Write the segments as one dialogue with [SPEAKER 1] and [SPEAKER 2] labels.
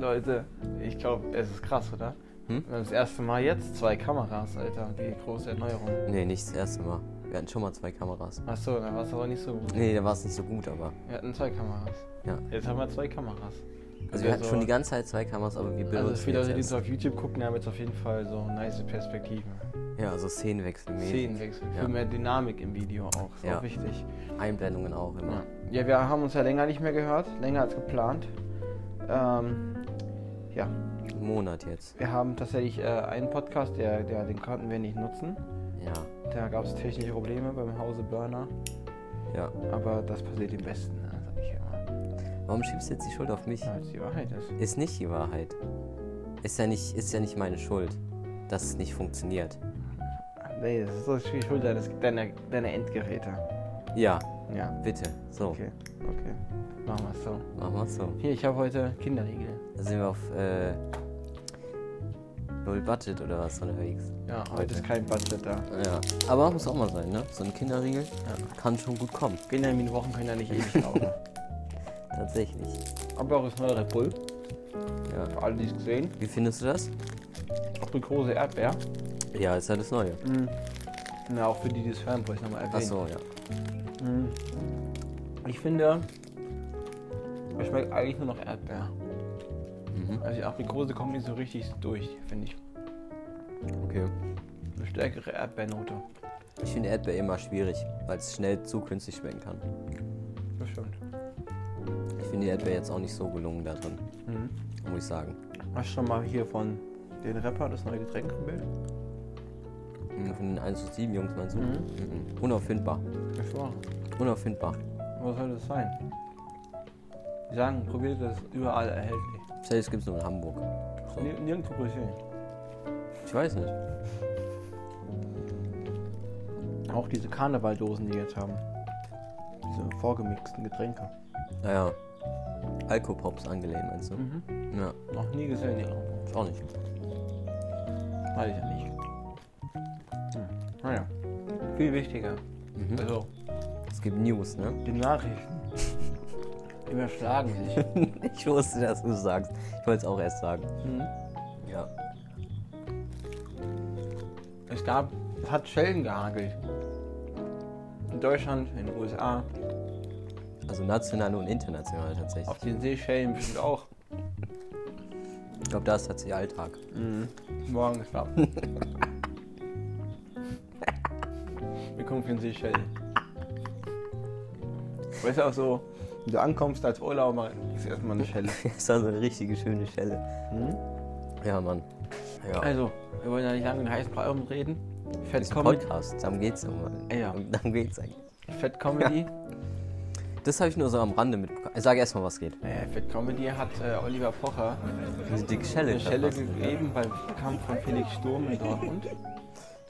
[SPEAKER 1] Leute, ich glaube, es ist krass, oder?
[SPEAKER 2] Hm?
[SPEAKER 1] Wir haben das erste Mal jetzt zwei Kameras, Alter. Die große Erneuerung.
[SPEAKER 2] Nee, nicht das erste Mal. Wir hatten schon mal zwei Kameras.
[SPEAKER 1] Achso, dann war es aber nicht so gut.
[SPEAKER 2] Nee, da war es nicht so gut, aber.
[SPEAKER 1] Wir hatten zwei Kameras.
[SPEAKER 2] Ja.
[SPEAKER 1] Jetzt haben wir zwei Kameras.
[SPEAKER 2] Also wir hatten
[SPEAKER 1] so-
[SPEAKER 2] schon die ganze Zeit zwei Kameras, aber wir benutzen
[SPEAKER 1] Also viele
[SPEAKER 2] jetzt
[SPEAKER 1] Leute, die
[SPEAKER 2] erst-
[SPEAKER 1] so auf YouTube gucken, haben jetzt auf jeden Fall so nice Perspektiven.
[SPEAKER 2] Ja, also Szenenwechselmäßig.
[SPEAKER 1] Szenenwechsel. Für
[SPEAKER 2] Ja.
[SPEAKER 1] mehr Dynamik im Video auch. Ist
[SPEAKER 2] Ja.
[SPEAKER 1] auch wichtig.
[SPEAKER 2] Einblendungen auch immer.
[SPEAKER 1] Ja. ja, wir haben uns ja länger nicht mehr gehört. Länger als geplant. Ähm, ja,
[SPEAKER 2] Ein Monat jetzt.
[SPEAKER 1] wir haben tatsächlich äh, einen Podcast, der, der, den konnten wir nicht nutzen.
[SPEAKER 2] Ja.
[SPEAKER 1] Da gab es technische Probleme beim Hause Burner.
[SPEAKER 2] Ja.
[SPEAKER 1] Aber das passiert dem Besten, ne? sag ich immer.
[SPEAKER 2] Warum schiebst du jetzt die Schuld auf mich?
[SPEAKER 1] Weil es die Wahrheit ist.
[SPEAKER 2] Ist nicht die Wahrheit. Ist ja nicht, ist ja nicht meine Schuld, dass es nicht funktioniert.
[SPEAKER 1] Ah, Nee, das ist so die Schuld deines, deiner, deiner Endgeräte.
[SPEAKER 2] Ja,
[SPEAKER 1] Ja,
[SPEAKER 2] bitte. So,
[SPEAKER 1] okay, okay. Machen wir es so.
[SPEAKER 2] machen wir so.
[SPEAKER 1] Hier, ich habe heute Kinderriegel.
[SPEAKER 2] Da sind wir auf äh, Null Budget oder was unterwegs.
[SPEAKER 1] Ja, heute ist kein Budget da.
[SPEAKER 2] Ja. Aber muss auch mal sein, ne? So ein Kinderriegel kann schon gut kommen.
[SPEAKER 1] Benjamin-Wochen können ja nicht ewig laufen.
[SPEAKER 2] Tatsächlich.
[SPEAKER 1] Aber auch ist neuer Red Bull.
[SPEAKER 2] Ja.
[SPEAKER 1] Für alle, die es gesehen.
[SPEAKER 2] Wie findest du das?
[SPEAKER 1] Aprikose Erdbeer.
[SPEAKER 2] Ja, ist ja das Neue.
[SPEAKER 1] Mhm. Na, auch für die, die es hören, wollte ich nochmal erwähnen.
[SPEAKER 2] Achso, ja.
[SPEAKER 1] Mhm. Ich finde, es schmeckt eigentlich nur noch Erdbeer.
[SPEAKER 2] Mhm.
[SPEAKER 1] Also die Aprikose kommt nicht so richtig durch, finde ich.
[SPEAKER 2] Okay.
[SPEAKER 1] Eine stärkere Erdbeernote.
[SPEAKER 2] Ich finde Erdbeer immer schwierig, weil es schnell zu künstlich schmecken kann.
[SPEAKER 1] Das stimmt.
[SPEAKER 2] Ich finde die Erdbeer jetzt auch nicht so gelungen da drin,
[SPEAKER 1] Mhm.
[SPEAKER 2] muss ich sagen.
[SPEAKER 1] Hast du schon mal hier von den Rapper das neue Getränk probiert?
[SPEAKER 2] Mhm, Von den 1 zu 7 Jungs meinst du?
[SPEAKER 1] Mhm.
[SPEAKER 2] Mhm. Unauffindbar.
[SPEAKER 1] Ich war.
[SPEAKER 2] Unauffindbar.
[SPEAKER 1] Was soll das sein? Die sagen, probiert das überall erhältlich.
[SPEAKER 2] Selbst gibt es nur in Hamburg. So.
[SPEAKER 1] Nir- Nirgendwo gesehen.
[SPEAKER 2] Ich weiß nicht.
[SPEAKER 1] Auch diese Karnevaldosen, die wir jetzt haben. Diese vorgemixten Getränke.
[SPEAKER 2] Naja. Alkopops angelehnt, meinst du?
[SPEAKER 1] Mhm.
[SPEAKER 2] Ja,
[SPEAKER 1] Noch nie gesehen irgendwo.
[SPEAKER 2] ich auch nicht.
[SPEAKER 1] Weiß ich ja nicht. Hm. Naja. Viel wichtiger.
[SPEAKER 2] Mhm.
[SPEAKER 1] Also,
[SPEAKER 2] Es gibt News, ne?
[SPEAKER 1] die Nachrichten überschlagen sich.
[SPEAKER 2] ich wusste, dass du es sagst. Ich wollte es auch erst sagen.
[SPEAKER 1] Mhm.
[SPEAKER 2] Ja.
[SPEAKER 1] Es gab, es hat Schellen gehagelt. In Deutschland, in den USA,
[SPEAKER 2] Also national und international tatsächlich.
[SPEAKER 1] auf den Seeschellen bestimmt auch.
[SPEAKER 2] Ich glaube, da ist tatsächlich Alltag.
[SPEAKER 1] Morgen ist ab. Wir kommen von Seychellen. Weißt du auch so, wenn du ankommst als Urlauber, kriegst du erstmal eine Schelle.
[SPEAKER 2] Das ist da so eine richtige schöne Stelle. Ja, Mann. Ja.
[SPEAKER 1] Also, wir wollen ja nicht lange in heißen Brei reden. Fett
[SPEAKER 2] Das ist ein
[SPEAKER 1] Comedy.
[SPEAKER 2] Podcast. Darum geht's immer.
[SPEAKER 1] Ah, Ja.
[SPEAKER 2] Darum geht's eigentlich.
[SPEAKER 1] Fett Comedy.
[SPEAKER 2] Das habe ich nur so am Rande mitbekommen. Ich sage erstmal, was geht.
[SPEAKER 1] Äh, Fett Comedy hat äh, Oliver Pocher
[SPEAKER 2] Eine dicke Schelle.
[SPEAKER 1] eine Schelle
[SPEAKER 2] verpasst.
[SPEAKER 1] gegeben beim Kampf von Felix Sturm in Dortmund.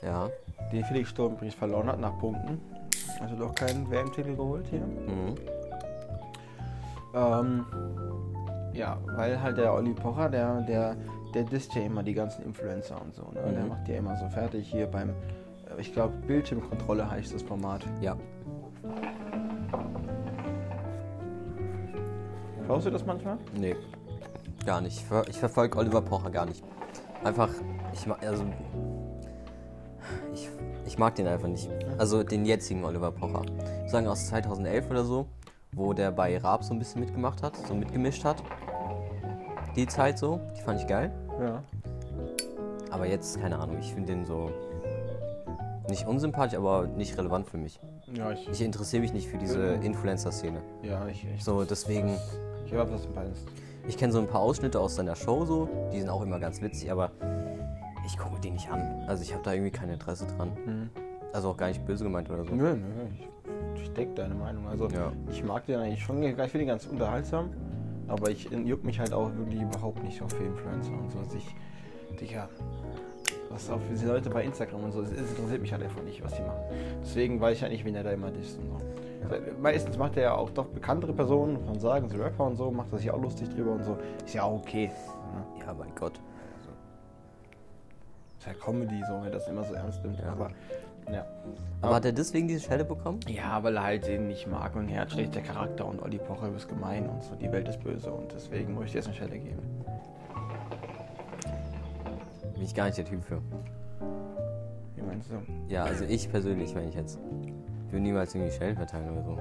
[SPEAKER 2] Ja.
[SPEAKER 1] Den Felix Sturm übrigens verloren hat nach Punkten. Also doch keinen WM-Titel geholt hier.
[SPEAKER 2] Mhm.
[SPEAKER 1] Ähm, ja, weil halt der Olli Pocher, der, der, der disst ja immer die ganzen Influencer und so. Ne? Der
[SPEAKER 2] Mhm.
[SPEAKER 1] macht ja immer so fertig hier beim, äh, ich glaube, Bildschirmkontrolle heißt das Format.
[SPEAKER 2] Ja.
[SPEAKER 1] Schaust du das manchmal?
[SPEAKER 2] Nee, gar nicht. Ich ver- Ich verfolge Oliver Pocher gar nicht. Einfach, ich mag, also, ich, ich mag den einfach nicht. Also den jetzigen Oliver Pocher. Ich würd sagen aus 2011 oder so, wo der bei Raab so ein bisschen mitgemacht hat, so mitgemischt hat. Die Zeit so, die fand ich geil.
[SPEAKER 1] Ja.
[SPEAKER 2] Aber jetzt, keine Ahnung, ich finde den so nicht unsympathisch, aber nicht relevant für mich.
[SPEAKER 1] Ja, ich.
[SPEAKER 2] Ich interessiere mich nicht für diese Influencer-Szene.
[SPEAKER 1] Ja, ich. Ich,
[SPEAKER 2] So, deswegen...
[SPEAKER 1] ich glaube, das ist beides.
[SPEAKER 2] Ich kenne so ein paar Ausschnitte aus seiner Show so, die sind auch immer ganz witzig, aber ich gucke die nicht an. Also ich habe da irgendwie kein Interesse dran. Also auch gar nicht böse gemeint oder so.
[SPEAKER 1] Nö, nö, ich, ich deck deine Meinung. Also,
[SPEAKER 2] Ja.
[SPEAKER 1] ich mag den eigentlich schon, ich finde den ganz unterhaltsam. Aber ich juck mich halt auch wirklich überhaupt nicht auf Influencer und so. Also ich, Digga, was auf diese Leute bei Instagram und so, es interessiert mich halt einfach nicht, was die machen. Deswegen weiß ich halt nicht, wen er da immer disst und so. äh, Meistens macht er ja auch doch bekanntere Personen, kann man sagen, so Rapper und so, macht er sich auch lustig drüber und so. Ist ja auch okay. Ne?
[SPEAKER 2] Ja, mein Gott.
[SPEAKER 1] Ist ja Comedy, so, wenn das immer so ernst nimmt.
[SPEAKER 2] Ja.
[SPEAKER 1] Aber Ja.
[SPEAKER 2] Aber hat er deswegen diese Schelle bekommen?
[SPEAKER 1] Ja, weil er halt den nicht mag und er hat schlechter Charakter und Olli Pocher ist gemein und so, die Welt ist böse und deswegen muss ich dir jetzt eine Schelle geben.
[SPEAKER 2] Bin ich gar nicht der Typ für.
[SPEAKER 1] Wie meinst du?
[SPEAKER 2] Ja, also ich persönlich, wenn ich jetzt. Ich würde niemals irgendwie Schellen verteilen oder so.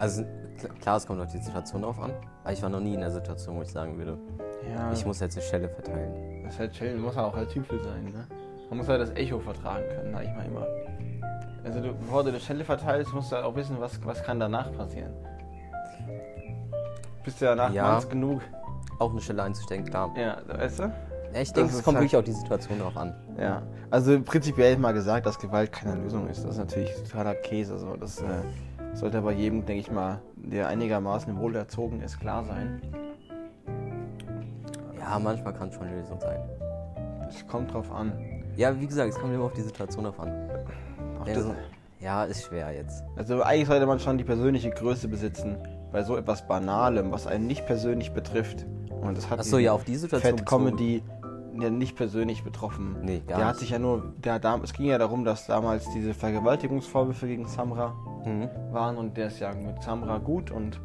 [SPEAKER 2] Also kl- klar, es kommt auf die Situation drauf an. Aber ich war noch nie in der Situation, wo ich sagen würde,
[SPEAKER 1] Ja,
[SPEAKER 2] ich muss jetzt eine Schelle verteilen.
[SPEAKER 1] das ist halt chillen, muss halt auch der Typ für sein, ne? Man muss halt das Echo vertragen können, sag ich mal immer. Also du, bevor du eine Schelle verteilst, musst du halt auch wissen, was, was kann danach passieren. Bist du danach
[SPEAKER 2] Ja.
[SPEAKER 1] manns genug.
[SPEAKER 2] Auch eine Schelle einzustecken, klar.
[SPEAKER 1] Ja, weißt du?
[SPEAKER 2] Ich denke,
[SPEAKER 1] Das
[SPEAKER 2] es
[SPEAKER 1] ist
[SPEAKER 2] kommt
[SPEAKER 1] halt-
[SPEAKER 2] wirklich auf die Situation drauf an.
[SPEAKER 1] Ja, also prinzipiell mal gesagt, dass Gewalt keine Lösung ist. Das ist natürlich totaler Käse. So. Das äh, sollte bei jedem, denke ich mal, der einigermaßen wohlerzogen ist, klar sein.
[SPEAKER 2] Ja, manchmal kann es schon eine Lösung sein.
[SPEAKER 1] Es kommt drauf an.
[SPEAKER 2] Ja, wie gesagt, es kommt immer auf die Situation drauf an.
[SPEAKER 1] Auch
[SPEAKER 2] Ja,
[SPEAKER 1] das-
[SPEAKER 2] so- ja, ist schwer jetzt.
[SPEAKER 1] also eigentlich sollte man schon die persönliche Größe besitzen bei so etwas Banalem, was einen nicht persönlich betrifft. Und das hat
[SPEAKER 2] Achso,
[SPEAKER 1] diesen
[SPEAKER 2] ja, auf die Situation.
[SPEAKER 1] Fat
[SPEAKER 2] bezogen.
[SPEAKER 1] Comedy ja, nicht persönlich betroffen.
[SPEAKER 2] Nee, gar
[SPEAKER 1] der hat
[SPEAKER 2] nicht.
[SPEAKER 1] sich ja nur, der, da, es ging ja darum, dass damals diese Vergewaltigungsvorwürfe gegen Samra
[SPEAKER 2] Mhm.
[SPEAKER 1] waren und der ist ja mit Samra gut und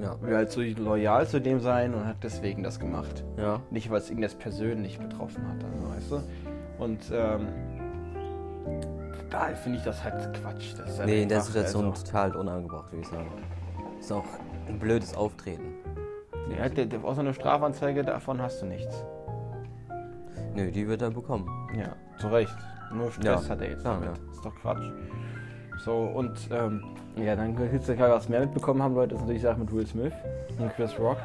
[SPEAKER 2] Ja.
[SPEAKER 1] will halt so loyal zu dem sein und hat deswegen das gemacht.
[SPEAKER 2] Ja.
[SPEAKER 1] Nicht, weil es ihn jetzt persönlich betroffen hat, also, weißt du? Und ähm, da finde ich das halt Quatsch. Das ist halt
[SPEAKER 2] Nee, in der
[SPEAKER 1] einfach,
[SPEAKER 2] Situation
[SPEAKER 1] Also,
[SPEAKER 2] total unangebracht, würde ich sagen. Ist auch ein blödes Auftreten.
[SPEAKER 1] nee, halt, der- der- außer eine Strafanzeige, davon hast du nichts.
[SPEAKER 2] Nö, die wird er bekommen.
[SPEAKER 1] Ja, zu Recht. Nur Stress
[SPEAKER 2] Ja,
[SPEAKER 1] hat er jetzt
[SPEAKER 2] klar,
[SPEAKER 1] damit. Ist doch Quatsch. So, und ähm, ja, dann jetzt ja was mehr mitbekommen haben, Leute, ist natürlich die Sache mit Will Smith und Chris Rock.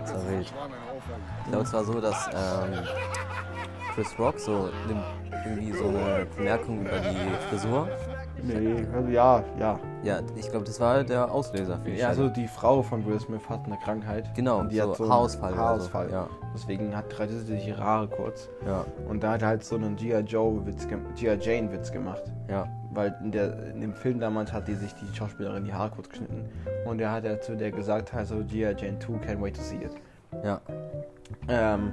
[SPEAKER 2] Das war wild. Ich glaube, es war so, dass ähm, Chris Rock so ne- irgendwie so eine Bemerkung über die Frisur.
[SPEAKER 1] Nee, also ja, ja.
[SPEAKER 2] Ja, ich glaube, das war der Auslöser für die
[SPEAKER 1] Ja,
[SPEAKER 2] Scheidung.
[SPEAKER 1] also die Frau von Will Smith hat eine Krankheit.
[SPEAKER 2] Genau,
[SPEAKER 1] die
[SPEAKER 2] so
[SPEAKER 1] hat so einen
[SPEAKER 2] Haarausfall oder so,
[SPEAKER 1] Haarausfall.
[SPEAKER 2] ja.
[SPEAKER 1] Deswegen hat rasierte sich ihre Haare kurz.
[SPEAKER 2] Ja,
[SPEAKER 1] Und da hat er halt so einen G.I. Joe-Witz, gem- G.I. Jane-Witz gemacht.
[SPEAKER 2] ja.
[SPEAKER 1] Weil in, der, in dem Film damals hat die sich die Schauspielerin die Haare kurz geschnitten. Und er hat ja zu der gesagt, heißt so G.I. Jane 2, can't wait to see it.
[SPEAKER 2] Ja,
[SPEAKER 1] Ähm,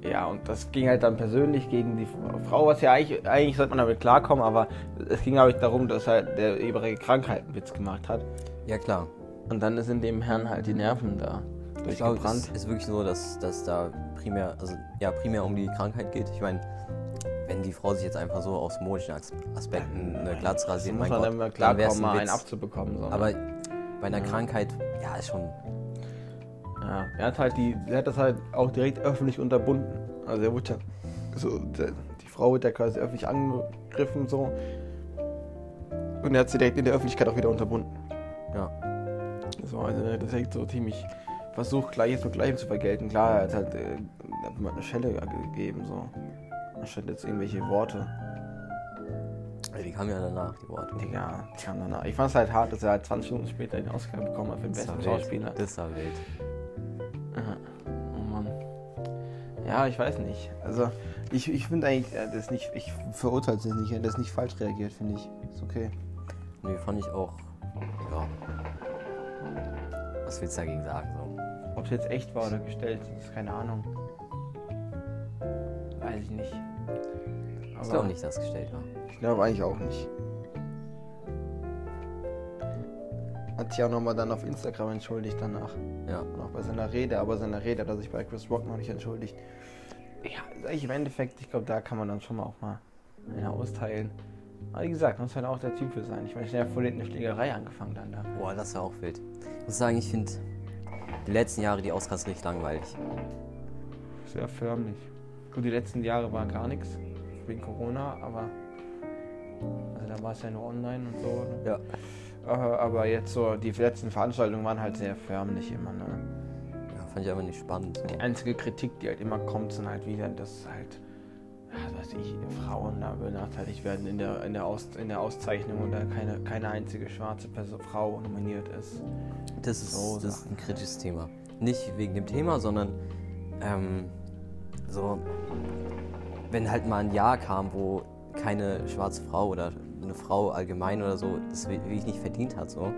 [SPEAKER 1] ja, und das ging halt dann persönlich gegen die Frau, was ja eigentlich, eigentlich sollte man damit klarkommen, aber es ging, glaube ich, darum, dass halt der jeweilige Krankheitenwitz gemacht hat.
[SPEAKER 2] ja klar.
[SPEAKER 1] Und dann sind dem Herrn halt die Nerven da
[SPEAKER 2] Ich glaube, es
[SPEAKER 1] durchgebrannt.
[SPEAKER 2] ist wirklich so, dass, dass da primär, also ja, primär um die Krankheit geht. Ich meine, wenn die Frau sich jetzt einfach so aus moralischen As- Aspekten eine Glatze
[SPEAKER 1] Das
[SPEAKER 2] rasiert,
[SPEAKER 1] muss
[SPEAKER 2] mein
[SPEAKER 1] man
[SPEAKER 2] Gott,
[SPEAKER 1] dann mal
[SPEAKER 2] dann wär's
[SPEAKER 1] klarkommen, mal einen
[SPEAKER 2] Witz.
[SPEAKER 1] abzubekommen. So. ne?
[SPEAKER 2] Aber bei einer Krankheit, ja, ist schon.
[SPEAKER 1] ja, er hat halt die, er hat das halt auch direkt öffentlich unterbunden. Also er wurde ja, so, der, die Frau wurde ja quasi öffentlich angegriffen so. Und er hat sie direkt in der Öffentlichkeit auch wieder unterbunden.
[SPEAKER 2] Ja,
[SPEAKER 1] So, also das ist echt so ziemlich Versuch, Gleiches mit Gleichem zu vergelten. Klar, er hat halt äh, hat mal eine Schelle ge- gegeben, so. Anstatt jetzt irgendwelche Worte.
[SPEAKER 2] die kamen ja danach, die Worte.
[SPEAKER 1] Digga, die kamen danach. Ich fand es halt hart, dass er halt 20 Minuten später den Oscar bekommen hat für den
[SPEAKER 2] Das
[SPEAKER 1] besten
[SPEAKER 2] war
[SPEAKER 1] Schauspieler.
[SPEAKER 2] wild. Das war wild.
[SPEAKER 1] Ja. Oh Mann. Ja, ich weiß nicht. Also, ich, ich finde eigentlich, äh, das nicht, ich verurteile es nicht, er hat das nicht falsch reagiert, finde ich. Ist okay.
[SPEAKER 2] Nee, fand ich auch. Ja. Was willst du dagegen sagen? So?
[SPEAKER 1] Ob es jetzt echt war oder gestellt, das ist keine Ahnung. Weiß ich nicht.
[SPEAKER 2] Ich
[SPEAKER 1] Aber-
[SPEAKER 2] glaube nicht, dass es gestellt war.
[SPEAKER 1] Ich glaube eigentlich auch nicht. Hat sich auch nochmal dann auf Instagram entschuldigt danach.
[SPEAKER 2] Ja.
[SPEAKER 1] Und auch bei seiner Rede, aber seiner Rede hat er sich bei Chris Rock noch nicht entschuldigt. Ja, ist eigentlich im Endeffekt, ich glaube, da kann man dann schon mal auch mal einer austeilen. Aber wie gesagt, muss halt auch der Typ für sein. Ich meine, schnell vor eine Schlägerei angefangen dann da.
[SPEAKER 2] Boah, das war auch wild. Ich muss sagen, ich finde die letzten Jahre die Oscars richtig langweilig.
[SPEAKER 1] Sehr förmlich. Gut, die letzten Jahre war gar nichts wegen Corona, aber also da war es ja nur online und so. Ne?
[SPEAKER 2] Ja.
[SPEAKER 1] Äh, aber jetzt so, die letzten Veranstaltungen waren halt sehr förmlich immer. Ne?
[SPEAKER 2] Ja, fand ich einfach nicht spannend. So.
[SPEAKER 1] Die einzige Kritik, die halt immer kommt, sind halt wieder, dass halt, ja, was weiß ich, Frauen da benachteiligt werden in der, in der, Aus, in der Auszeichnung und da keine, keine einzige schwarze Person, Frau nominiert ist.
[SPEAKER 2] Das ist,
[SPEAKER 1] So
[SPEAKER 2] das ist
[SPEAKER 1] Sachen,
[SPEAKER 2] ein kritisches Thema. Nicht wegen dem Thema, sondern ähm, so, wenn halt mal ein Jahr kam, wo keine schwarze Frau oder eine Frau allgemein oder so das wirklich nicht verdient hat, so.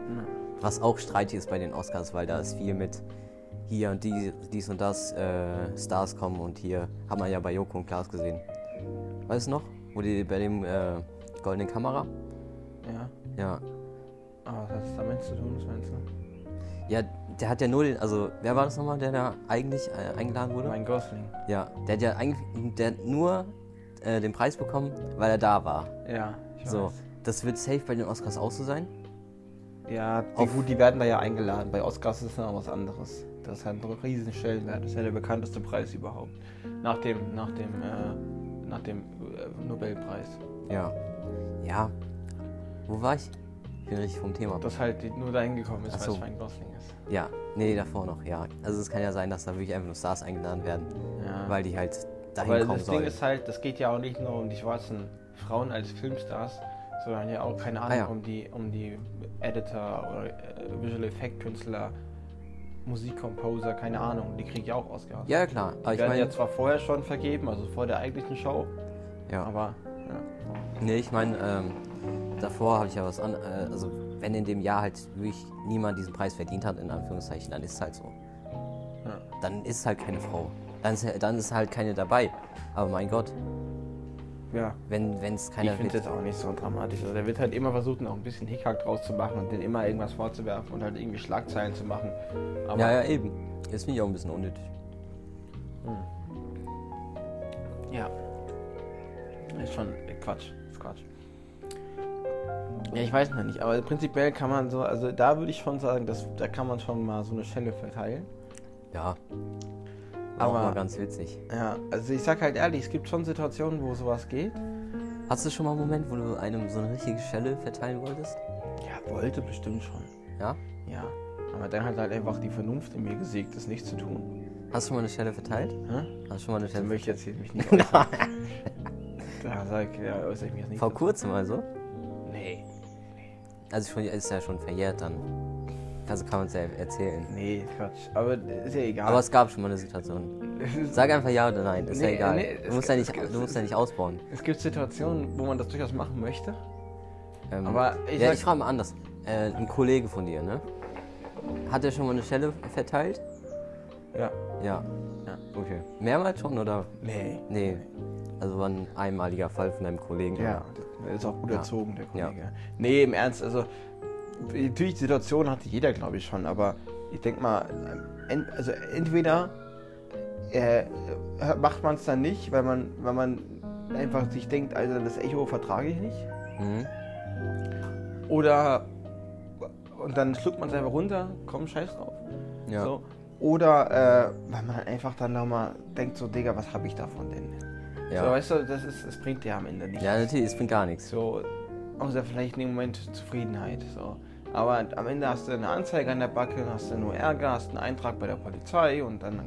[SPEAKER 2] Was auch streitig ist bei den Oscars, weil da ist viel mit hier und die, dies und das äh, Stars kommen und hier haben wir ja bei Joko und Klaas gesehen. Weißt du noch? Wo die bei dem äh, Goldene Kamera?
[SPEAKER 1] Ja.
[SPEAKER 2] Ja.
[SPEAKER 1] Aber was hat es damit zu tun, was meinst du?
[SPEAKER 2] Ja, der hat ja nur den, also wer war das nochmal, der da eigentlich äh, eingeladen wurde?
[SPEAKER 1] Mein Gosling.
[SPEAKER 2] Ja, der hat ja eigentlich der hat nur äh, den Preis bekommen, weil er da war.
[SPEAKER 1] Ja, ich
[SPEAKER 2] So,
[SPEAKER 1] weiß.
[SPEAKER 2] das wird safe bei den Oscars auch so sein.
[SPEAKER 1] Ja, die,
[SPEAKER 2] Auf-
[SPEAKER 1] gut, die werden da ja eingeladen. Bei Oscars ist das noch was anderes. Das hat einen riesen Stellenwert. Das ist ja der bekannteste Preis überhaupt. Nach dem, nach dem, äh, nach dem äh, Nobelpreis.
[SPEAKER 2] Ja. Ja. Wo war ich? Ich bin richtig vom Thema.
[SPEAKER 1] Dass halt die, nur dahin gekommen ist,
[SPEAKER 2] Ach
[SPEAKER 1] weil
[SPEAKER 2] so.
[SPEAKER 1] es Ryan Gosling ist.
[SPEAKER 2] Ja. Nee, davor noch, ja. Also es kann ja sein, dass da wirklich einfach nur Stars eingeladen werden,
[SPEAKER 1] Ja.
[SPEAKER 2] weil die halt dahin
[SPEAKER 1] Weil
[SPEAKER 2] kommen
[SPEAKER 1] das
[SPEAKER 2] sollen.
[SPEAKER 1] Ding ist halt, das geht ja auch nicht nur um die schwarzen Frauen als Filmstars, sondern ja auch, keine Ahnung,
[SPEAKER 2] Ah, ja.
[SPEAKER 1] um, die, um die Editor oder äh, Visual Effect Künstler, Musikcomposer, keine Ahnung, die kriegen ja auch Oscars.
[SPEAKER 2] ja, klar. Aber
[SPEAKER 1] Die
[SPEAKER 2] ich
[SPEAKER 1] werden
[SPEAKER 2] meine,
[SPEAKER 1] ja zwar vorher schon vergeben, also vor der eigentlichen Show,
[SPEAKER 2] ja.
[SPEAKER 1] aber ja.
[SPEAKER 2] Nee, ich meine, ähm, davor habe ich ja was an. Äh, also, wenn in dem Jahr halt wirklich niemand diesen Preis verdient hat, in Anführungszeichen, dann ist es halt so.
[SPEAKER 1] Ja.
[SPEAKER 2] Dann ist halt keine Frau. Dann ist, dann ist halt keine dabei. Aber mein Gott,
[SPEAKER 1] ja.
[SPEAKER 2] wenn es
[SPEAKER 1] Ich
[SPEAKER 2] keiner
[SPEAKER 1] finde es
[SPEAKER 2] wird.
[SPEAKER 1] jetzt auch nicht so dramatisch. Also der wird halt immer versuchen, auch ein bisschen Hickhack draus zu machen und den immer irgendwas vorzuwerfen und halt irgendwie Schlagzeilen zu machen. Aber
[SPEAKER 2] Ja, ja, eben. Das finde ich auch ein bisschen unnötig.
[SPEAKER 1] Ja. Ist schon äh, Quatsch. Ist Quatsch. Ja, ich weiß noch nicht, aber prinzipiell kann man so, also da würde ich schon sagen, dass, da kann man schon mal so eine Schelle verteilen.
[SPEAKER 2] Ja. War auch
[SPEAKER 1] Aber-
[SPEAKER 2] mal ganz witzig.
[SPEAKER 1] Ja, also ich sag halt ehrlich, es gibt schon Situationen, wo sowas geht.
[SPEAKER 2] Hast du schon mal einen Moment, wo du einem so eine richtige Schelle verteilen wolltest?
[SPEAKER 1] Ja, wollte bestimmt schon.
[SPEAKER 2] Ja?
[SPEAKER 1] Ja. Aber dann hat halt einfach die Vernunft in mir gesiegt, das nicht zu tun.
[SPEAKER 2] Hast du schon mal eine Schelle verteilt?
[SPEAKER 1] Hä?
[SPEAKER 2] Hast du schon mal eine
[SPEAKER 1] Dann
[SPEAKER 2] Schelle
[SPEAKER 1] möchte ich jetzt hier mich nicht äußern. da sag, ja, äußere ich mich jetzt nicht.
[SPEAKER 2] Vor kurzem also?
[SPEAKER 1] Nee.
[SPEAKER 2] Also schon, ist ja schon verjährt dann. Also kann man es ja erzählen.
[SPEAKER 1] Nee, Quatsch. Aber ist ja egal.
[SPEAKER 2] Aber es gab schon mal eine Situation.
[SPEAKER 1] es ist
[SPEAKER 2] Sag einfach ja oder nein, ist ja
[SPEAKER 1] Nee,
[SPEAKER 2] egal.
[SPEAKER 1] nee,
[SPEAKER 2] du
[SPEAKER 1] es-
[SPEAKER 2] musst ja nicht,
[SPEAKER 1] es-
[SPEAKER 2] du musst ja nicht ausbauen.
[SPEAKER 1] Es gibt Situationen, wo man das durchaus machen möchte.
[SPEAKER 2] Ähm,
[SPEAKER 1] Aber ich
[SPEAKER 2] ich ja,
[SPEAKER 1] sag-
[SPEAKER 2] ich frage mal anders. Äh, ein Kollege von dir, ne? Hat er schon mal eine Schelle verteilt?
[SPEAKER 1] Ja.
[SPEAKER 2] Ja.
[SPEAKER 1] Ja.
[SPEAKER 2] Okay. Mehrmals schon oder?
[SPEAKER 1] Nee.
[SPEAKER 2] Nee. Also war ein einmaliger Fall von deinem Kollegen.
[SPEAKER 1] Ja, der ist auch gut
[SPEAKER 2] Ja.
[SPEAKER 1] erzogen, der Kollege. Nee, im Ernst, also natürlich die Situation hatte jeder, glaube ich, schon, aber ich denke mal, en- also entweder äh, macht man es dann nicht, weil man, weil man einfach sich denkt, also das Echo vertrage ich nicht.
[SPEAKER 2] Mhm.
[SPEAKER 1] Oder und dann schluckt man es einfach runter, komm, scheiß drauf.
[SPEAKER 2] Ja.
[SPEAKER 1] So. Oder äh, weil man einfach dann nochmal denkt, so, Digga, was habe ich davon denn?
[SPEAKER 2] ja.
[SPEAKER 1] So, weißt du, das, ist, das bringt dir am Ende nichts.
[SPEAKER 2] ja, natürlich, es bringt gar nichts.
[SPEAKER 1] So, außer vielleicht in dem Moment Zufriedenheit. So. Aber am Ende hast du eine Anzeige an der Backe, hast du nur Ärger, hast einen Eintrag bei der Polizei und dann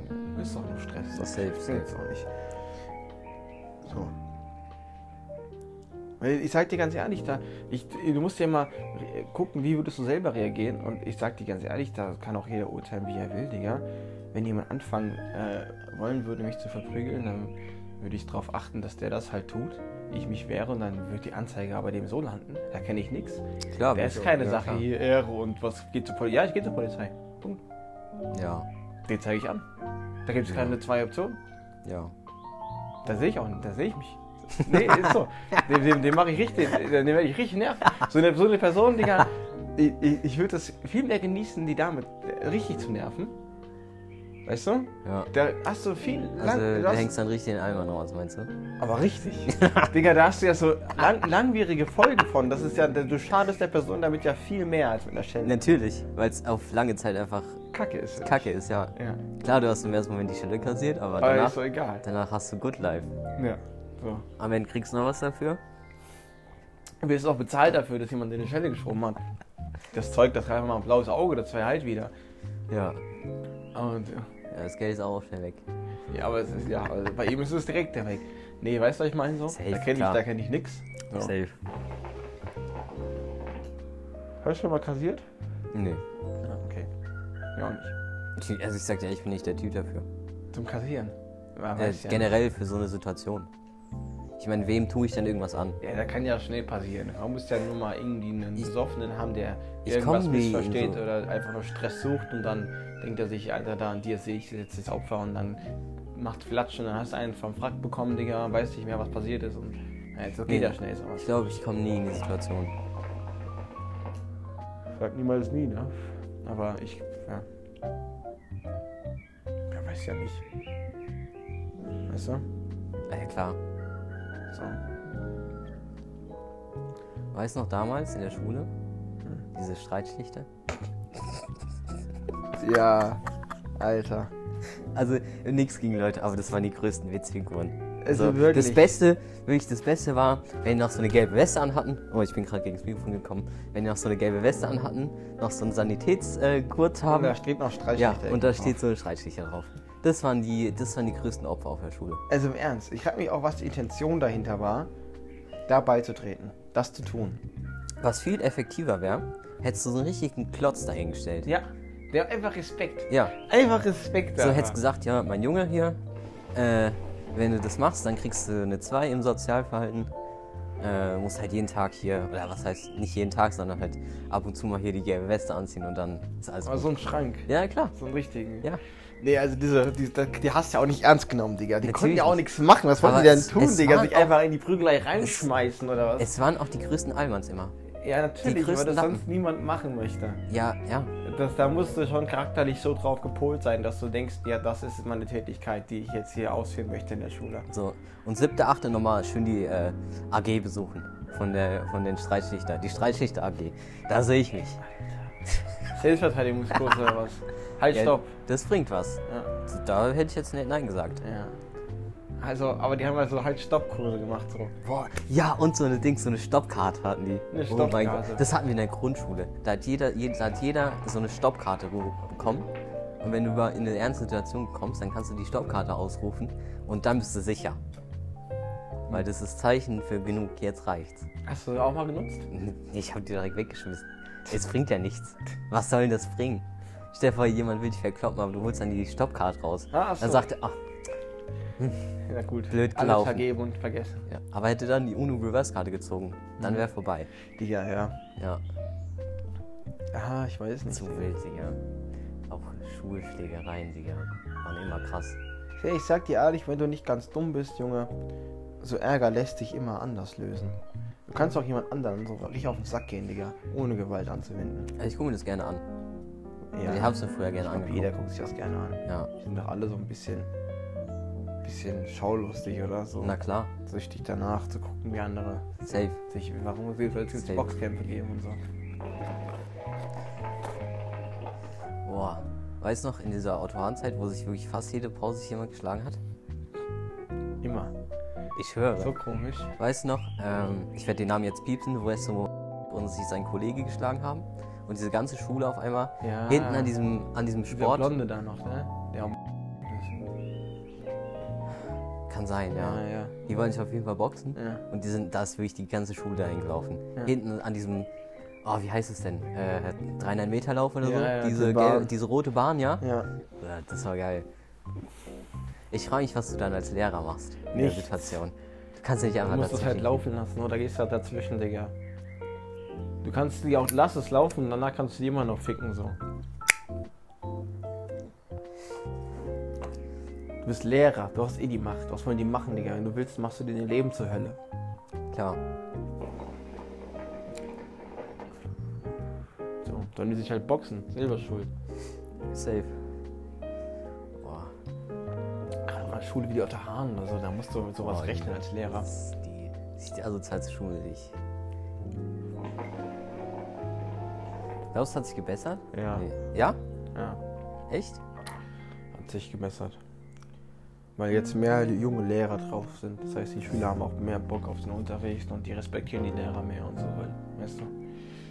[SPEAKER 1] ist doch nur Stress.
[SPEAKER 2] Das hilft,
[SPEAKER 1] Das hilft auch nicht. So. Weil Ich sag dir ganz ehrlich, da, ich, du musst ja mal re- gucken, wie würdest du selber reagieren. Und ich sag dir ganz ehrlich, da kann auch jeder urteilen, wie er will, Digga. Wenn jemand anfangen äh, wollen würde, mich zu verprügeln, dann würde ich darauf achten, dass der das halt tut. Ich mich wehre und dann wird die Anzeige aber dem so landen. Da kenne ich nichts.
[SPEAKER 2] Klar,
[SPEAKER 1] Da
[SPEAKER 2] wieso?
[SPEAKER 1] ist keine
[SPEAKER 2] ja,
[SPEAKER 1] Sache
[SPEAKER 2] klar.
[SPEAKER 1] hier Ehre und was geht zur Polizei. Ja, ich gehe zur Polizei. Punkt.
[SPEAKER 2] Ja,
[SPEAKER 1] Den zeige ich an. Da gibt es
[SPEAKER 2] Ja.
[SPEAKER 1] keine zwei Optionen.
[SPEAKER 2] ja.
[SPEAKER 1] Da sehe ich auch nicht, da sehe ich mich. Nee, ist so. Dem, dem, dem mache ich richtig, dem werde ich richtig nerven. So eine, so eine Person, Digga, ich, ich, ich würde das viel mehr genießen, die damit richtig zu nerven. Weißt du?
[SPEAKER 2] ja.
[SPEAKER 1] Da hast du viel lang,
[SPEAKER 2] Also,
[SPEAKER 1] du
[SPEAKER 2] du
[SPEAKER 1] hast-
[SPEAKER 2] hängst dann richtig den Eimer raus, meinst du?
[SPEAKER 1] aber richtig. Digga, da hast du ja so lang, langwierige Folgen von. Das ist ja, du schadest der Person damit ja viel mehr als mit einer Schelle.
[SPEAKER 2] Natürlich, weil es auf lange Zeit einfach
[SPEAKER 1] Ne. Kacke ist. es.
[SPEAKER 2] Kacke ist, ja.
[SPEAKER 1] Ja.
[SPEAKER 2] Klar, du hast im ersten Moment die Schelle kassiert, aber
[SPEAKER 1] Aber
[SPEAKER 2] danach,
[SPEAKER 1] ist so egal.
[SPEAKER 2] danach hast du Good Life.
[SPEAKER 1] Ja. So.
[SPEAKER 2] Am Ende kriegst du noch was dafür?
[SPEAKER 1] Du wirst auch bezahlt dafür, dass jemand dir eine Schelle geschoben hat. Das Zeug, das reicht mal ein blaues Auge, das wäre halt wieder.
[SPEAKER 2] Ja.
[SPEAKER 1] Und, ja.
[SPEAKER 2] Das Geld ist auch schnell weg.
[SPEAKER 1] Ja, aber es ist, ja, also bei ihm ist es direkt der Weg. Nee, weißt du, was ich meine so?
[SPEAKER 2] Safe,
[SPEAKER 1] da kenne ich,
[SPEAKER 2] klar.
[SPEAKER 1] da kenn ich nix. So.
[SPEAKER 2] Safe.
[SPEAKER 1] Hast du schon mal kassiert?
[SPEAKER 2] Nee.
[SPEAKER 1] Ja, okay. Ja, auch nicht.
[SPEAKER 2] Also ich sag dir, ich bin nicht der Typ dafür.
[SPEAKER 1] Zum Kassieren. Ja,
[SPEAKER 2] Äh,
[SPEAKER 1] weiß ich ja,
[SPEAKER 2] generell für so eine Situation. Ich meine, wem tue ich dann irgendwas an?
[SPEAKER 1] nicht. ja, da kann ja schnell passieren. Man muss ja nur mal irgendwie einen Besoffenen haben, der
[SPEAKER 2] Ich
[SPEAKER 1] irgendwas
[SPEAKER 2] komm nie
[SPEAKER 1] missversteht
[SPEAKER 2] in so-
[SPEAKER 1] oder einfach nur Stress sucht und dann denkt er sich, Alter, da an dir sehe ich jetzt das Opfer und dann macht Flatsch und dann hast du einen vom Frack bekommen, Digga, weiß nicht mehr, was passiert ist und Ja, jetzt geht
[SPEAKER 2] Nee.
[SPEAKER 1] ja schnell sowas.
[SPEAKER 2] Ich glaube, ich komme nie in die Situation.
[SPEAKER 1] Sag niemals nie, ne? Aber ich, ja. Ja, weiß ja nicht. Weißt du?
[SPEAKER 2] Ah, Ja, klar.
[SPEAKER 1] So.
[SPEAKER 2] Weißt du noch damals in der Schule?
[SPEAKER 1] Hm.
[SPEAKER 2] Diese Streitschlichter?
[SPEAKER 1] Ja, Alter.
[SPEAKER 2] Also, nichts gegen Leute, aber das waren die größten Witzfiguren.
[SPEAKER 1] Also
[SPEAKER 2] so,
[SPEAKER 1] wirklich.
[SPEAKER 2] Das Beste, wirklich das Beste war, wenn die noch so eine gelbe Weste anhatten. Oh, ich bin gerade gegen das Mikrofon gekommen. Wenn die noch so eine gelbe Weste anhatten, noch so einen Sanitätsgurt
[SPEAKER 1] Und
[SPEAKER 2] haben.
[SPEAKER 1] da steht noch Streich.
[SPEAKER 2] Ja, und da steht so ein Streitschlichter drauf. Das waren die, das waren die größten Opfer auf der Schule.
[SPEAKER 1] Also im Ernst, ich frage mich auch, was die Intention dahinter war, da beizutreten, das zu tun.
[SPEAKER 2] Was viel effektiver wäre, hättest du so einen richtigen Klotz dahingestellt.
[SPEAKER 1] Ja, der hat einfach Respekt.
[SPEAKER 2] Ja,
[SPEAKER 1] Einfach Respekt.
[SPEAKER 2] so
[SPEAKER 1] Alter.
[SPEAKER 2] hättest gesagt, ja, mein Junge hier, äh, wenn du das machst, dann kriegst du eine 2 im Sozialverhalten. Äh, musst halt jeden Tag hier, oder was heißt nicht jeden Tag, sondern halt ab und zu mal hier die gelbe Weste anziehen und dann ist alles
[SPEAKER 1] Aber
[SPEAKER 2] gut.
[SPEAKER 1] so ein Schrank.
[SPEAKER 2] Ja, klar.
[SPEAKER 1] So einen richtigen.
[SPEAKER 2] Ja.
[SPEAKER 1] Nee, also diese, die, die hast du ja auch nicht ernst genommen, Digga. Die
[SPEAKER 2] Natürlich
[SPEAKER 1] konnten ja auch
[SPEAKER 2] nicht.
[SPEAKER 1] nichts machen. Was wollten
[SPEAKER 2] Aber
[SPEAKER 1] die denn
[SPEAKER 2] es-
[SPEAKER 1] tun,
[SPEAKER 2] es
[SPEAKER 1] Digga?
[SPEAKER 2] waren
[SPEAKER 1] Sich
[SPEAKER 2] auch-
[SPEAKER 1] einfach in die Prügelei reinschmeißen oder was?
[SPEAKER 2] Es waren auch die größten Almans immer.
[SPEAKER 1] ja,
[SPEAKER 2] die
[SPEAKER 1] natürlich, weil
[SPEAKER 2] größten
[SPEAKER 1] das
[SPEAKER 2] Lappen.
[SPEAKER 1] sonst niemand machen möchte.
[SPEAKER 2] Ja, ja.
[SPEAKER 1] Das, da musst du schon charakterlich so drauf gepolt sein, dass du denkst, ja, das ist meine Tätigkeit, die ich jetzt hier ausführen möchte in der Schule.
[SPEAKER 2] So. Und siebte, achte nochmal schön die äh, AG besuchen. Von, der, von den Streitschlichter. Die Streitschlichter AG. Da sehe ich mich.
[SPEAKER 1] Selbstverteidigungskurs oder was? Halt,
[SPEAKER 2] Ja,
[SPEAKER 1] stopp.
[SPEAKER 2] Das bringt was.
[SPEAKER 1] Ja.
[SPEAKER 2] Da hätte ich jetzt nicht Nein gesagt.
[SPEAKER 1] Ja. Also, aber die haben also halt Stoppkurse gemacht so.
[SPEAKER 2] Boah, ja, und so eine Ding, so eine Stoppkarte hatten die.
[SPEAKER 1] Eine
[SPEAKER 2] Oh mein
[SPEAKER 1] Stoppkarte.
[SPEAKER 2] Gott, Das hatten wir in der Grundschule. Da hat jeder, jed- da hat jeder so eine Stoppkarte ge- bekommen. Und wenn du über- in eine ernste Situation kommst, dann kannst du die Stoppkarte ausrufen und dann bist du sicher. Weil das ist Zeichen für genug, jetzt reicht's.
[SPEAKER 1] Hast du das auch mal genutzt?
[SPEAKER 2] Ich hab die direkt weggeschmissen. Es bringt ja nichts. Was soll denn das bringen? Stell dir vor, jemand will dich verkloppen, aber du holst dann die Stoppkarte raus.
[SPEAKER 1] Ah, ach so.
[SPEAKER 2] Dann sagt er, ach,
[SPEAKER 1] Ja gut.
[SPEAKER 2] Blöd
[SPEAKER 1] Alles
[SPEAKER 2] gelaufen.
[SPEAKER 1] vergeben und vergessen.
[SPEAKER 2] ja. aber hätte dann die UNO-Reverse-Karte gezogen,
[SPEAKER 1] Mhm.
[SPEAKER 2] dann wäre vorbei.
[SPEAKER 1] Digga, ja.
[SPEAKER 2] Ja.
[SPEAKER 1] Ah, ich weiß nicht.
[SPEAKER 2] Zu wild, Digga. Auch Schulschlägereien, Digga. Waren immer krass.
[SPEAKER 1] Hey, ich sag dir ehrlich, wenn du nicht ganz dumm bist, Junge, so Ärger lässt sich immer anders lösen. Du kannst auch jemand anderen so richtig auf den Sack gehen, Digga, ohne Gewalt anzuwenden.
[SPEAKER 2] Also ich gucke mir das gerne an. Ich hab's mir früher gerne
[SPEAKER 1] glaub,
[SPEAKER 2] angeguckt.
[SPEAKER 1] jeder guckt sich das gerne an.
[SPEAKER 2] Ja,
[SPEAKER 1] Die sind doch alle so ein bisschen, bisschen schaulustig oder so.
[SPEAKER 2] na klar.
[SPEAKER 1] Süchtig danach zu gucken, wie andere
[SPEAKER 2] Safe.
[SPEAKER 1] sich, warum sie soll es jetzt
[SPEAKER 2] Safe.
[SPEAKER 1] Boxkämpfe geben und so.
[SPEAKER 2] Boah. Weißt du noch, in dieser Autobahnzeit, wo sich wirklich fast jede Pause sich jemand geschlagen hat?
[SPEAKER 1] Immer.
[SPEAKER 2] Ich höre.
[SPEAKER 1] So komisch.
[SPEAKER 2] Weißt du noch, ähm, ich werde den Namen jetzt piepsen, wo es so und sich sein Kollege geschlagen haben. Und diese ganze Schule auf einmal
[SPEAKER 1] Ja.
[SPEAKER 2] hinten an diesem, an diesem
[SPEAKER 1] Der
[SPEAKER 2] Sport.
[SPEAKER 1] Ah. Blonde da noch, ne? Der am ist.
[SPEAKER 2] Kann sein, ja.
[SPEAKER 1] Ja, ja.
[SPEAKER 2] Die wollen sich auf jeden Fall boxen.
[SPEAKER 1] ja.
[SPEAKER 2] Und die sind, da ist wirklich die ganze Schule dahin gelaufen. Hinten an diesem, oh, wie heißt es denn? Äh, 300 Meter Lauf oder so?
[SPEAKER 1] Ja, ja,
[SPEAKER 2] diese,
[SPEAKER 1] die Bahn.
[SPEAKER 2] gelbe- diese rote Bahn, ja?
[SPEAKER 1] Ja.
[SPEAKER 2] ja? Das war geil. Ich frage mich, was du dann als Lehrer machst in der
[SPEAKER 1] Nichts.
[SPEAKER 2] Situation. Du kannst nicht
[SPEAKER 1] Du
[SPEAKER 2] einfach
[SPEAKER 1] musst es halt
[SPEAKER 2] dazwischen-
[SPEAKER 1] laufen lassen oder gehst halt dazwischen, Digga. Du kannst die auch, lass es laufen, danach kannst du die immer noch ficken, so. Du bist Lehrer, du hast eh die Macht. Was wollen die machen, Digga? Wenn du willst, machst du dir dein Leben zur Hölle.
[SPEAKER 2] Klar.
[SPEAKER 1] So, sollen die sich halt boxen. Selber schuld.
[SPEAKER 2] Safe. Boah,
[SPEAKER 1] Gerade mal Schule wie die Otter Hahn oder so, da musst du mit sowas
[SPEAKER 2] Boah,
[SPEAKER 1] rechnen als Lehrer.
[SPEAKER 2] das ist die, das ist die asozialste Schule, die ich. Glaubst du, es hat sich gebessert?
[SPEAKER 1] Ja.
[SPEAKER 2] Nee. Ja?
[SPEAKER 1] ja.
[SPEAKER 2] Echt?
[SPEAKER 1] Hat sich gebessert. Weil jetzt mehr junge Lehrer drauf sind. Das heißt, die Schüler haben auch mehr Bock auf den Unterricht und die respektieren die Lehrer mehr und so weiter. Weißt du?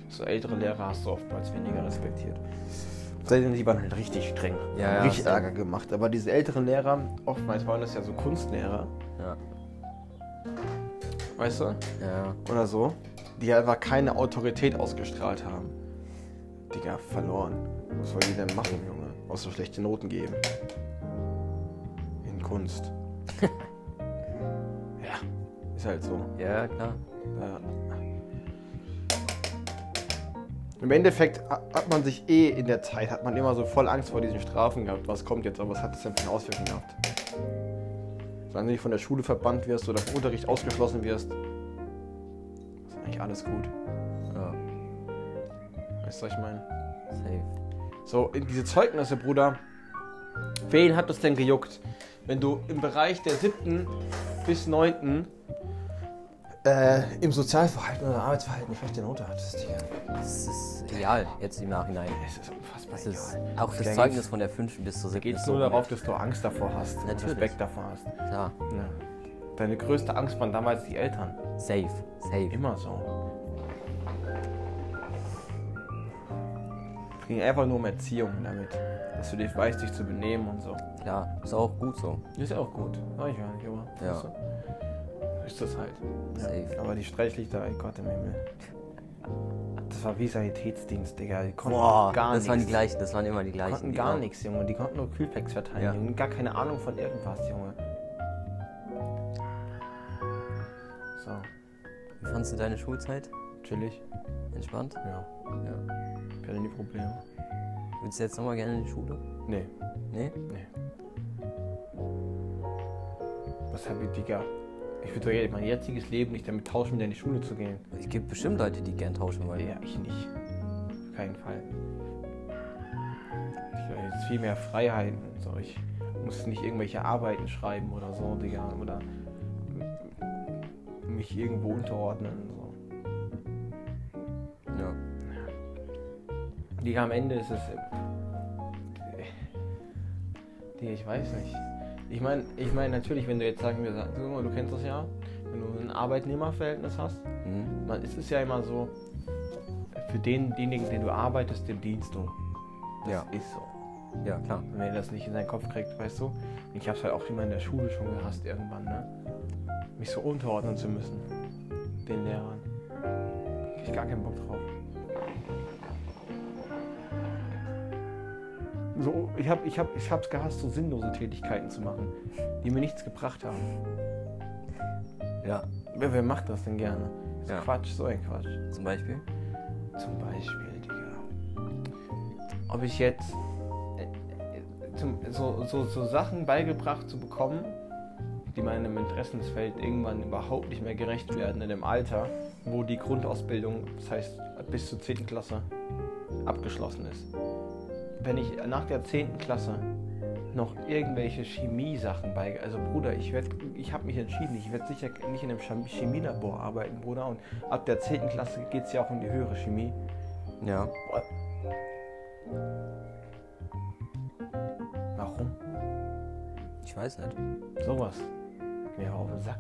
[SPEAKER 1] So ältere Lehrer hast du oftmals weniger respektiert. Seitdem die waren halt richtig streng.
[SPEAKER 2] Ja,
[SPEAKER 1] haben
[SPEAKER 2] ja,
[SPEAKER 1] richtig
[SPEAKER 2] stimmt.
[SPEAKER 1] Ärger gemacht. Aber diese älteren Lehrer, oftmals waren das ja so Kunstlehrer,
[SPEAKER 2] Ja.
[SPEAKER 1] weißt du?
[SPEAKER 2] Ja.
[SPEAKER 1] Oder so. Die einfach keine Autorität ausgestrahlt haben. Digga, verloren. Was wollen die denn machen, Junge? Außer schlechte Noten geben. In Kunst. ja, ist halt so.
[SPEAKER 2] Ja, klar.
[SPEAKER 1] Ja. Im Endeffekt ha- hat man sich eh in der Zeit, hat man immer so voll Angst vor diesen Strafen gehabt. Was kommt jetzt, aber was hat das denn für eine Auswirkung gehabt? Solange Also du nicht von der Schule verbannt wirst oder vom Unterricht ausgeschlossen wirst, ist eigentlich alles gut.
[SPEAKER 2] Ja,
[SPEAKER 1] Weißt du, was ich meine?
[SPEAKER 2] safe.
[SPEAKER 1] So, diese Zeugnisse, Bruder. Wen hat das denn gejuckt? Wenn du im Bereich der siebten bis neunten äh, im Sozialverhalten oder Arbeitsverhalten eine schlechte Note hattest, Digga.
[SPEAKER 2] Das ist egal, jetzt im Nachhinein.
[SPEAKER 1] Es ist unfassbar
[SPEAKER 2] Das ist
[SPEAKER 1] egal.
[SPEAKER 2] auch das
[SPEAKER 1] Gängig.
[SPEAKER 2] Zeugnis von der 5. bis zur 7.
[SPEAKER 1] Geht es nur darauf, dass du Angst davor hast und
[SPEAKER 2] Natürlich.
[SPEAKER 1] Respekt davor hast.
[SPEAKER 2] Ja,
[SPEAKER 1] Ja. Deine größte Angst waren damals die Eltern.
[SPEAKER 2] safe, safe.
[SPEAKER 1] Immer so. Es ging einfach nur um Erziehung damit. Dass du dich weißt, dich zu benehmen und so.
[SPEAKER 2] Klar, ist auch gut so.
[SPEAKER 1] Ist ja auch gut. Sag ich ja nicht, aber.
[SPEAKER 2] Ja.
[SPEAKER 1] weißt du, Ist das halt.
[SPEAKER 2] Safe.
[SPEAKER 1] Aber die Streichlichter, ey Gott im Himmel. Das war wie Sanitätsdienst, Digga. Die konnten
[SPEAKER 2] Boah,
[SPEAKER 1] gar
[SPEAKER 2] das waren die
[SPEAKER 1] nichts.
[SPEAKER 2] gleichen, das waren immer die
[SPEAKER 1] Die
[SPEAKER 2] gleichen.
[SPEAKER 1] konnten
[SPEAKER 2] die
[SPEAKER 1] gar
[SPEAKER 2] immer-
[SPEAKER 1] nichts, Junge. Die konnten nur Kühlpacks verteilen.
[SPEAKER 2] Ja.
[SPEAKER 1] Die hatten gar keine Ahnung von irgendwas, Junge. So,
[SPEAKER 2] Wie fandst du deine Schulzeit?
[SPEAKER 1] chillig.
[SPEAKER 2] Entspannt?
[SPEAKER 1] Ja.
[SPEAKER 2] Ja.
[SPEAKER 1] Ich hatte nie Probleme.
[SPEAKER 2] Würdest du jetzt nochmal gerne in die Schule?
[SPEAKER 1] Nee,
[SPEAKER 2] Nee?
[SPEAKER 1] nee. Was hab ich, Digga? Ich würde doch jetzt mein jetziges Leben nicht damit tauschen, wieder in die Schule zu gehen.
[SPEAKER 2] Es gibt bestimmt Leute, die gern tauschen wollen.
[SPEAKER 1] Ja, ich nicht. Auf keinen Fall. Ich habe jetzt viel mehr Freiheiten. So. Ich muss nicht irgendwelche Arbeiten schreiben oder so, Digga. Oder mich irgendwo unterordnen. So.
[SPEAKER 2] Ja.
[SPEAKER 1] Digga, am Ende ist es. Digga, ich weiß nicht. Ich meine, ich mein, natürlich, wenn du jetzt sagen wir, sag mal, du kennst das ja, wenn du ein Arbeitnehmerverhältnis hast,
[SPEAKER 2] Mhm.
[SPEAKER 1] man, es ist ja immer so, für denjenigen, den du arbeitest, dem dienst du. Das
[SPEAKER 2] Ja.
[SPEAKER 1] ist so.
[SPEAKER 2] ja, klar.
[SPEAKER 1] wenn er das nicht in seinen Kopf kriegt, weißt du. Und ich hab's halt auch immer in der Schule schon gehasst irgendwann, ne? Mich so unterordnen zu müssen. Den Lehrern. Hab ich gar keinen Bock drauf. So, ich hab, ich hab, ich hab's gehasst, so sinnlose Tätigkeiten zu machen, die mir nichts gebracht haben.
[SPEAKER 2] Ja,
[SPEAKER 1] Wer, wer macht das denn gerne? Das ist
[SPEAKER 2] Ja.
[SPEAKER 1] Quatsch, so ein Quatsch.
[SPEAKER 2] zum Beispiel.
[SPEAKER 1] Zum Beispiel, Digga. Ob ich jetzt äh, äh, zum, so, so, so Sachen beigebracht zu bekommen, die meinem Interessensfeld irgendwann überhaupt nicht mehr gerecht werden in dem Alter, wo die Grundausbildung, das heißt bis zur 10. Klasse, abgeschlossen ist. Wenn ich nach der 10. Klasse noch irgendwelche Chemie-Sachen bei. Also Bruder, ich werd, ich habe mich entschieden, ich werde sicher nicht in einem Chemie- Chemielabor arbeiten, Bruder. Und ab der 10. Klasse geht es ja auch in die höhere Chemie.
[SPEAKER 2] Ja.
[SPEAKER 1] Boah. Warum?
[SPEAKER 2] Ich weiß nicht.
[SPEAKER 1] Sowas. Geht Mir auf den Sack.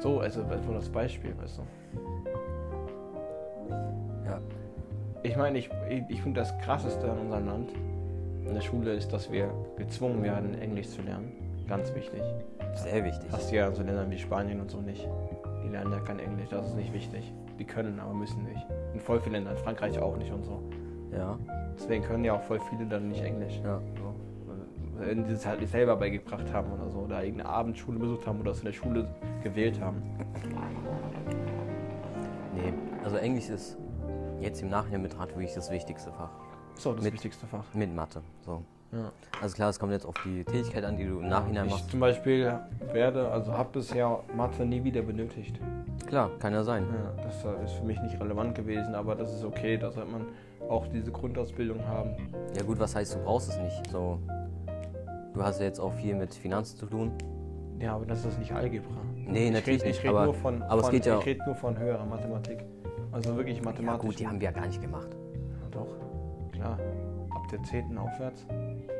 [SPEAKER 1] So, also nur das Beispiel, weißt du.
[SPEAKER 2] Ja.
[SPEAKER 1] Ich meine, ich, ich, ich finde das Krasseste an unserem Land, in der Schule, ist, dass wir gezwungen werden, Englisch zu lernen. Ganz wichtig.
[SPEAKER 2] Sehr wichtig.
[SPEAKER 1] Hast du ja in so Ländern wie Spanien und so nicht. Die lernen ja kein Englisch, das ist nicht wichtig. Die können, aber müssen nicht. In voll vielen Ländern, Frankreich auch nicht und so.
[SPEAKER 2] Ja.
[SPEAKER 1] Deswegen können ja auch voll viele dann nicht Englisch.
[SPEAKER 2] Ja.
[SPEAKER 1] So. Wenn sie es halt nicht selber beigebracht haben oder so, oder irgendeine Abendschule besucht haben oder es in der Schule gewählt haben.
[SPEAKER 2] Nee. Also Englisch ist jetzt im Nachhinein betrachtet wirklich das wichtigste Fach.
[SPEAKER 1] So, das
[SPEAKER 2] Mit-
[SPEAKER 1] wichtigste Fach.
[SPEAKER 2] Mit Mathe. So.
[SPEAKER 1] Ja.
[SPEAKER 2] Also klar, es kommt jetzt auf die Tätigkeit an, die du im Nachhinein
[SPEAKER 1] Ich
[SPEAKER 2] machst.
[SPEAKER 1] zum Beispiel werde, also habe bisher Mathe nie wieder benötigt.
[SPEAKER 2] Klar, kann ja sein.
[SPEAKER 1] Ja, das äh, ist für mich nicht relevant gewesen, aber das ist okay, da sollte man auch diese Grundausbildung haben.
[SPEAKER 2] Ja gut, was heißt, du brauchst es nicht? So, du hast ja jetzt auch viel mit Finanzen zu tun.
[SPEAKER 1] Ja, aber das ist nicht Algebra.
[SPEAKER 2] Nee,
[SPEAKER 1] ich
[SPEAKER 2] natürlich
[SPEAKER 1] rede ich
[SPEAKER 2] nicht,
[SPEAKER 1] red
[SPEAKER 2] aber-
[SPEAKER 1] nur von,
[SPEAKER 2] aber es
[SPEAKER 1] von
[SPEAKER 2] geht ja-
[SPEAKER 1] ich rede nur von höherer Mathematik. Also wirklich
[SPEAKER 2] Ja
[SPEAKER 1] mathematisch.
[SPEAKER 2] gut, die haben wir ja gar nicht gemacht.
[SPEAKER 1] Ja, Doch, klar. Ab der 10. aufwärts.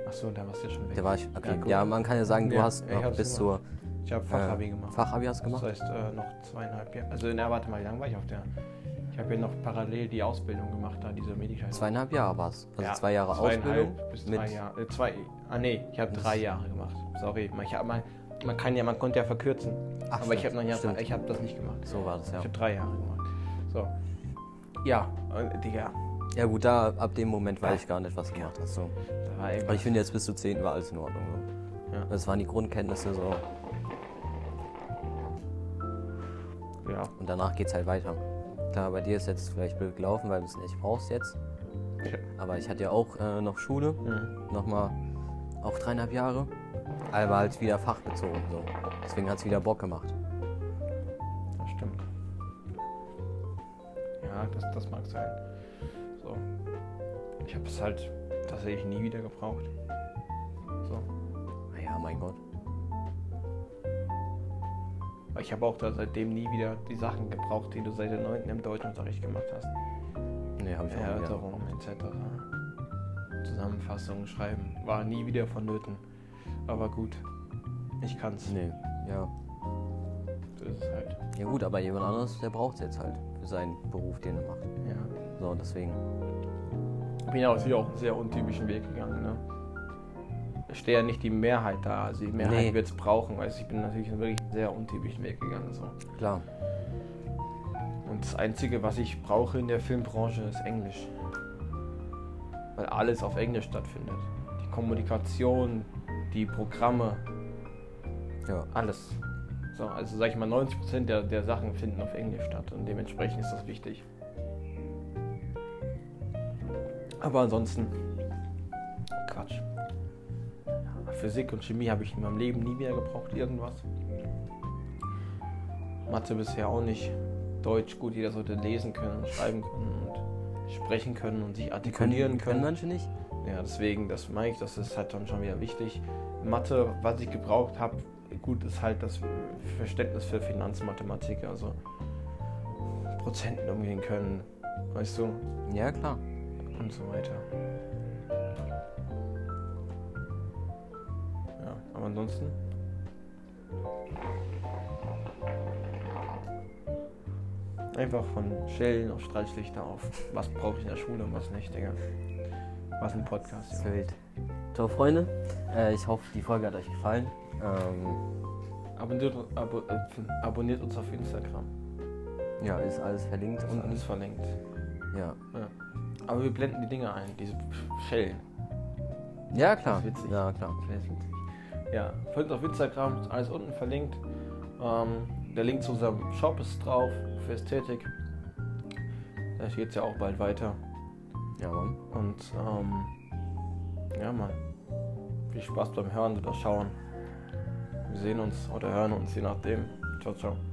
[SPEAKER 1] Achso, da warst du ja schon weg.
[SPEAKER 2] Da war ich, okay.
[SPEAKER 1] Ja,
[SPEAKER 2] Ja,
[SPEAKER 1] gut.
[SPEAKER 2] man kann ja sagen, du
[SPEAKER 1] Ja,
[SPEAKER 2] hast
[SPEAKER 1] ich
[SPEAKER 2] noch
[SPEAKER 1] hab's
[SPEAKER 2] bis zur
[SPEAKER 1] gemacht. ich habe Fachabi gemacht.
[SPEAKER 2] Fachabi hast du
[SPEAKER 1] das
[SPEAKER 2] äh, gemacht.
[SPEAKER 1] heißt, äh, noch zweieinhalb Jahre. Also, na, warte mal, wie lange war ich auf der? Ich habe ja noch parallel die Ausbildung gemacht, da diese Medischeiße.
[SPEAKER 2] Zweieinhalb Jahre war es. Also
[SPEAKER 1] Ja,
[SPEAKER 2] zwei Jahre
[SPEAKER 1] zweieinhalb
[SPEAKER 2] Ausbildung.
[SPEAKER 1] Bis
[SPEAKER 2] mit,
[SPEAKER 1] drei Jahre. Äh, zwei, ah, nee, ich habe drei Jahre gemacht. Sorry. man- Ich hab, man, man kann ja, man konnte ja verkürzen.
[SPEAKER 2] Ach,
[SPEAKER 1] aber ich
[SPEAKER 2] stimmt,
[SPEAKER 1] habe noch nicht,
[SPEAKER 2] stimmt.
[SPEAKER 1] ich habe das nicht gemacht.
[SPEAKER 2] So war das, ja.
[SPEAKER 1] Ich habe drei Jahre gemacht. So. Ja, und, Digga.
[SPEAKER 2] Ja gut, da ab dem Moment weiß ich gar nicht, was du gemacht hast. So.
[SPEAKER 1] Da war
[SPEAKER 2] Aber
[SPEAKER 1] irgendwas.
[SPEAKER 2] ich finde jetzt bis zur 10. war alles in Ordnung. So.
[SPEAKER 1] Ja.
[SPEAKER 2] Das waren die Grundkenntnisse so.
[SPEAKER 1] ja.
[SPEAKER 2] Und danach geht's halt weiter. Klar, bei dir ist jetzt vielleicht blöd gelaufen, weil du es nicht brauchst jetzt.
[SPEAKER 1] Ja.
[SPEAKER 2] Aber ich hatte ja auch äh, noch Schule.
[SPEAKER 1] Mhm.
[SPEAKER 2] Nochmal auch dreieinhalb Jahre. Aber halt wieder fachbezogen so. Deswegen hat es wieder Bock gemacht.
[SPEAKER 1] Das stimmt. Ja, das, das mag sein. So. Ich habe es halt tatsächlich nie wieder gebraucht. So.
[SPEAKER 2] Ah Ja, mein Gott.
[SPEAKER 1] Aber ich habe auch da seitdem nie wieder die Sachen gebraucht, die du seit der 9. im Deutschunterricht gemacht hast.
[SPEAKER 2] Nee, habe ich auch nicht.
[SPEAKER 1] Erörterung etc. Zusammenfassungen schreiben. War nie wieder vonnöten. Aber gut. Ich kann's.
[SPEAKER 2] Nee, ja.
[SPEAKER 1] So ist es halt.
[SPEAKER 2] Ja gut, aber jemand anderes, der braucht es jetzt halt für seinen Beruf, den er macht.
[SPEAKER 1] Ja.
[SPEAKER 2] So, deswegen.
[SPEAKER 1] Bin ja auch wieder auch einen sehr untypischen Weg gegangen, ne? Ich stehe ja nicht die Mehrheit da. Also die Mehrheit
[SPEAKER 2] Nee.
[SPEAKER 1] wird's brauchen. Also ich bin natürlich einen wirklich sehr untypischen Weg gegangen. So.
[SPEAKER 2] Klar.
[SPEAKER 1] Und das Einzige, was ich brauche in der Filmbranche, ist Englisch. Weil alles auf Englisch stattfindet. Die Kommunikation, die Programme,
[SPEAKER 2] Ja.
[SPEAKER 1] alles. So, also sag ich mal, 90% der, der Sachen finden auf Englisch statt und dementsprechend ist das wichtig. Aber ansonsten, Quatsch. Physik und Chemie habe ich in meinem Leben nie mehr gebraucht, irgendwas. Mathe bisher auch nicht. Deutsch gut, jeder sollte lesen können und schreiben können und sprechen können und sich artikulieren können.
[SPEAKER 2] manche nicht?
[SPEAKER 1] Ja, deswegen, das meine ich, das ist halt dann schon wieder wichtig. Mathe, was ich gebraucht habe, gut ist halt das Verständnis für Finanzmathematik, also Prozenten umgehen können, weißt du,
[SPEAKER 2] Ja, klar.
[SPEAKER 1] und so weiter. Ja, aber ansonsten. Einfach von Schellen auf Streitschlichter auf. Was brauche ich in der Schule und was nicht, Digga. Was ein Podcast, ja.
[SPEAKER 2] Ist wild. So, Freunde, äh, ich hoffe, die Folge hat euch gefallen. Ähm,
[SPEAKER 1] Abonniert, abo, äh, abonniert uns auf Instagram.
[SPEAKER 2] ja, ist alles verlinkt
[SPEAKER 1] Ist
[SPEAKER 2] unten.
[SPEAKER 1] alles verlinkt.
[SPEAKER 2] Ja.
[SPEAKER 1] Aber wir blenden die Dinge ein, diese Schellen.
[SPEAKER 2] Ja, klar.
[SPEAKER 1] Das ist witzig.
[SPEAKER 2] Ja, klar.
[SPEAKER 1] Vielleicht witzig. Ja, folgt uns auf Instagram, ist alles unten verlinkt. Ähm, der Link zu unserem Shop ist drauf, für Ästhetik. Da geht es ja auch bald weiter.
[SPEAKER 2] Ja, Mann.
[SPEAKER 1] Und ähm, ja, Mann. Viel Spaß beim Hören oder Schauen. Wir sehen uns oder hören uns, je nachdem. Ciao, ciao.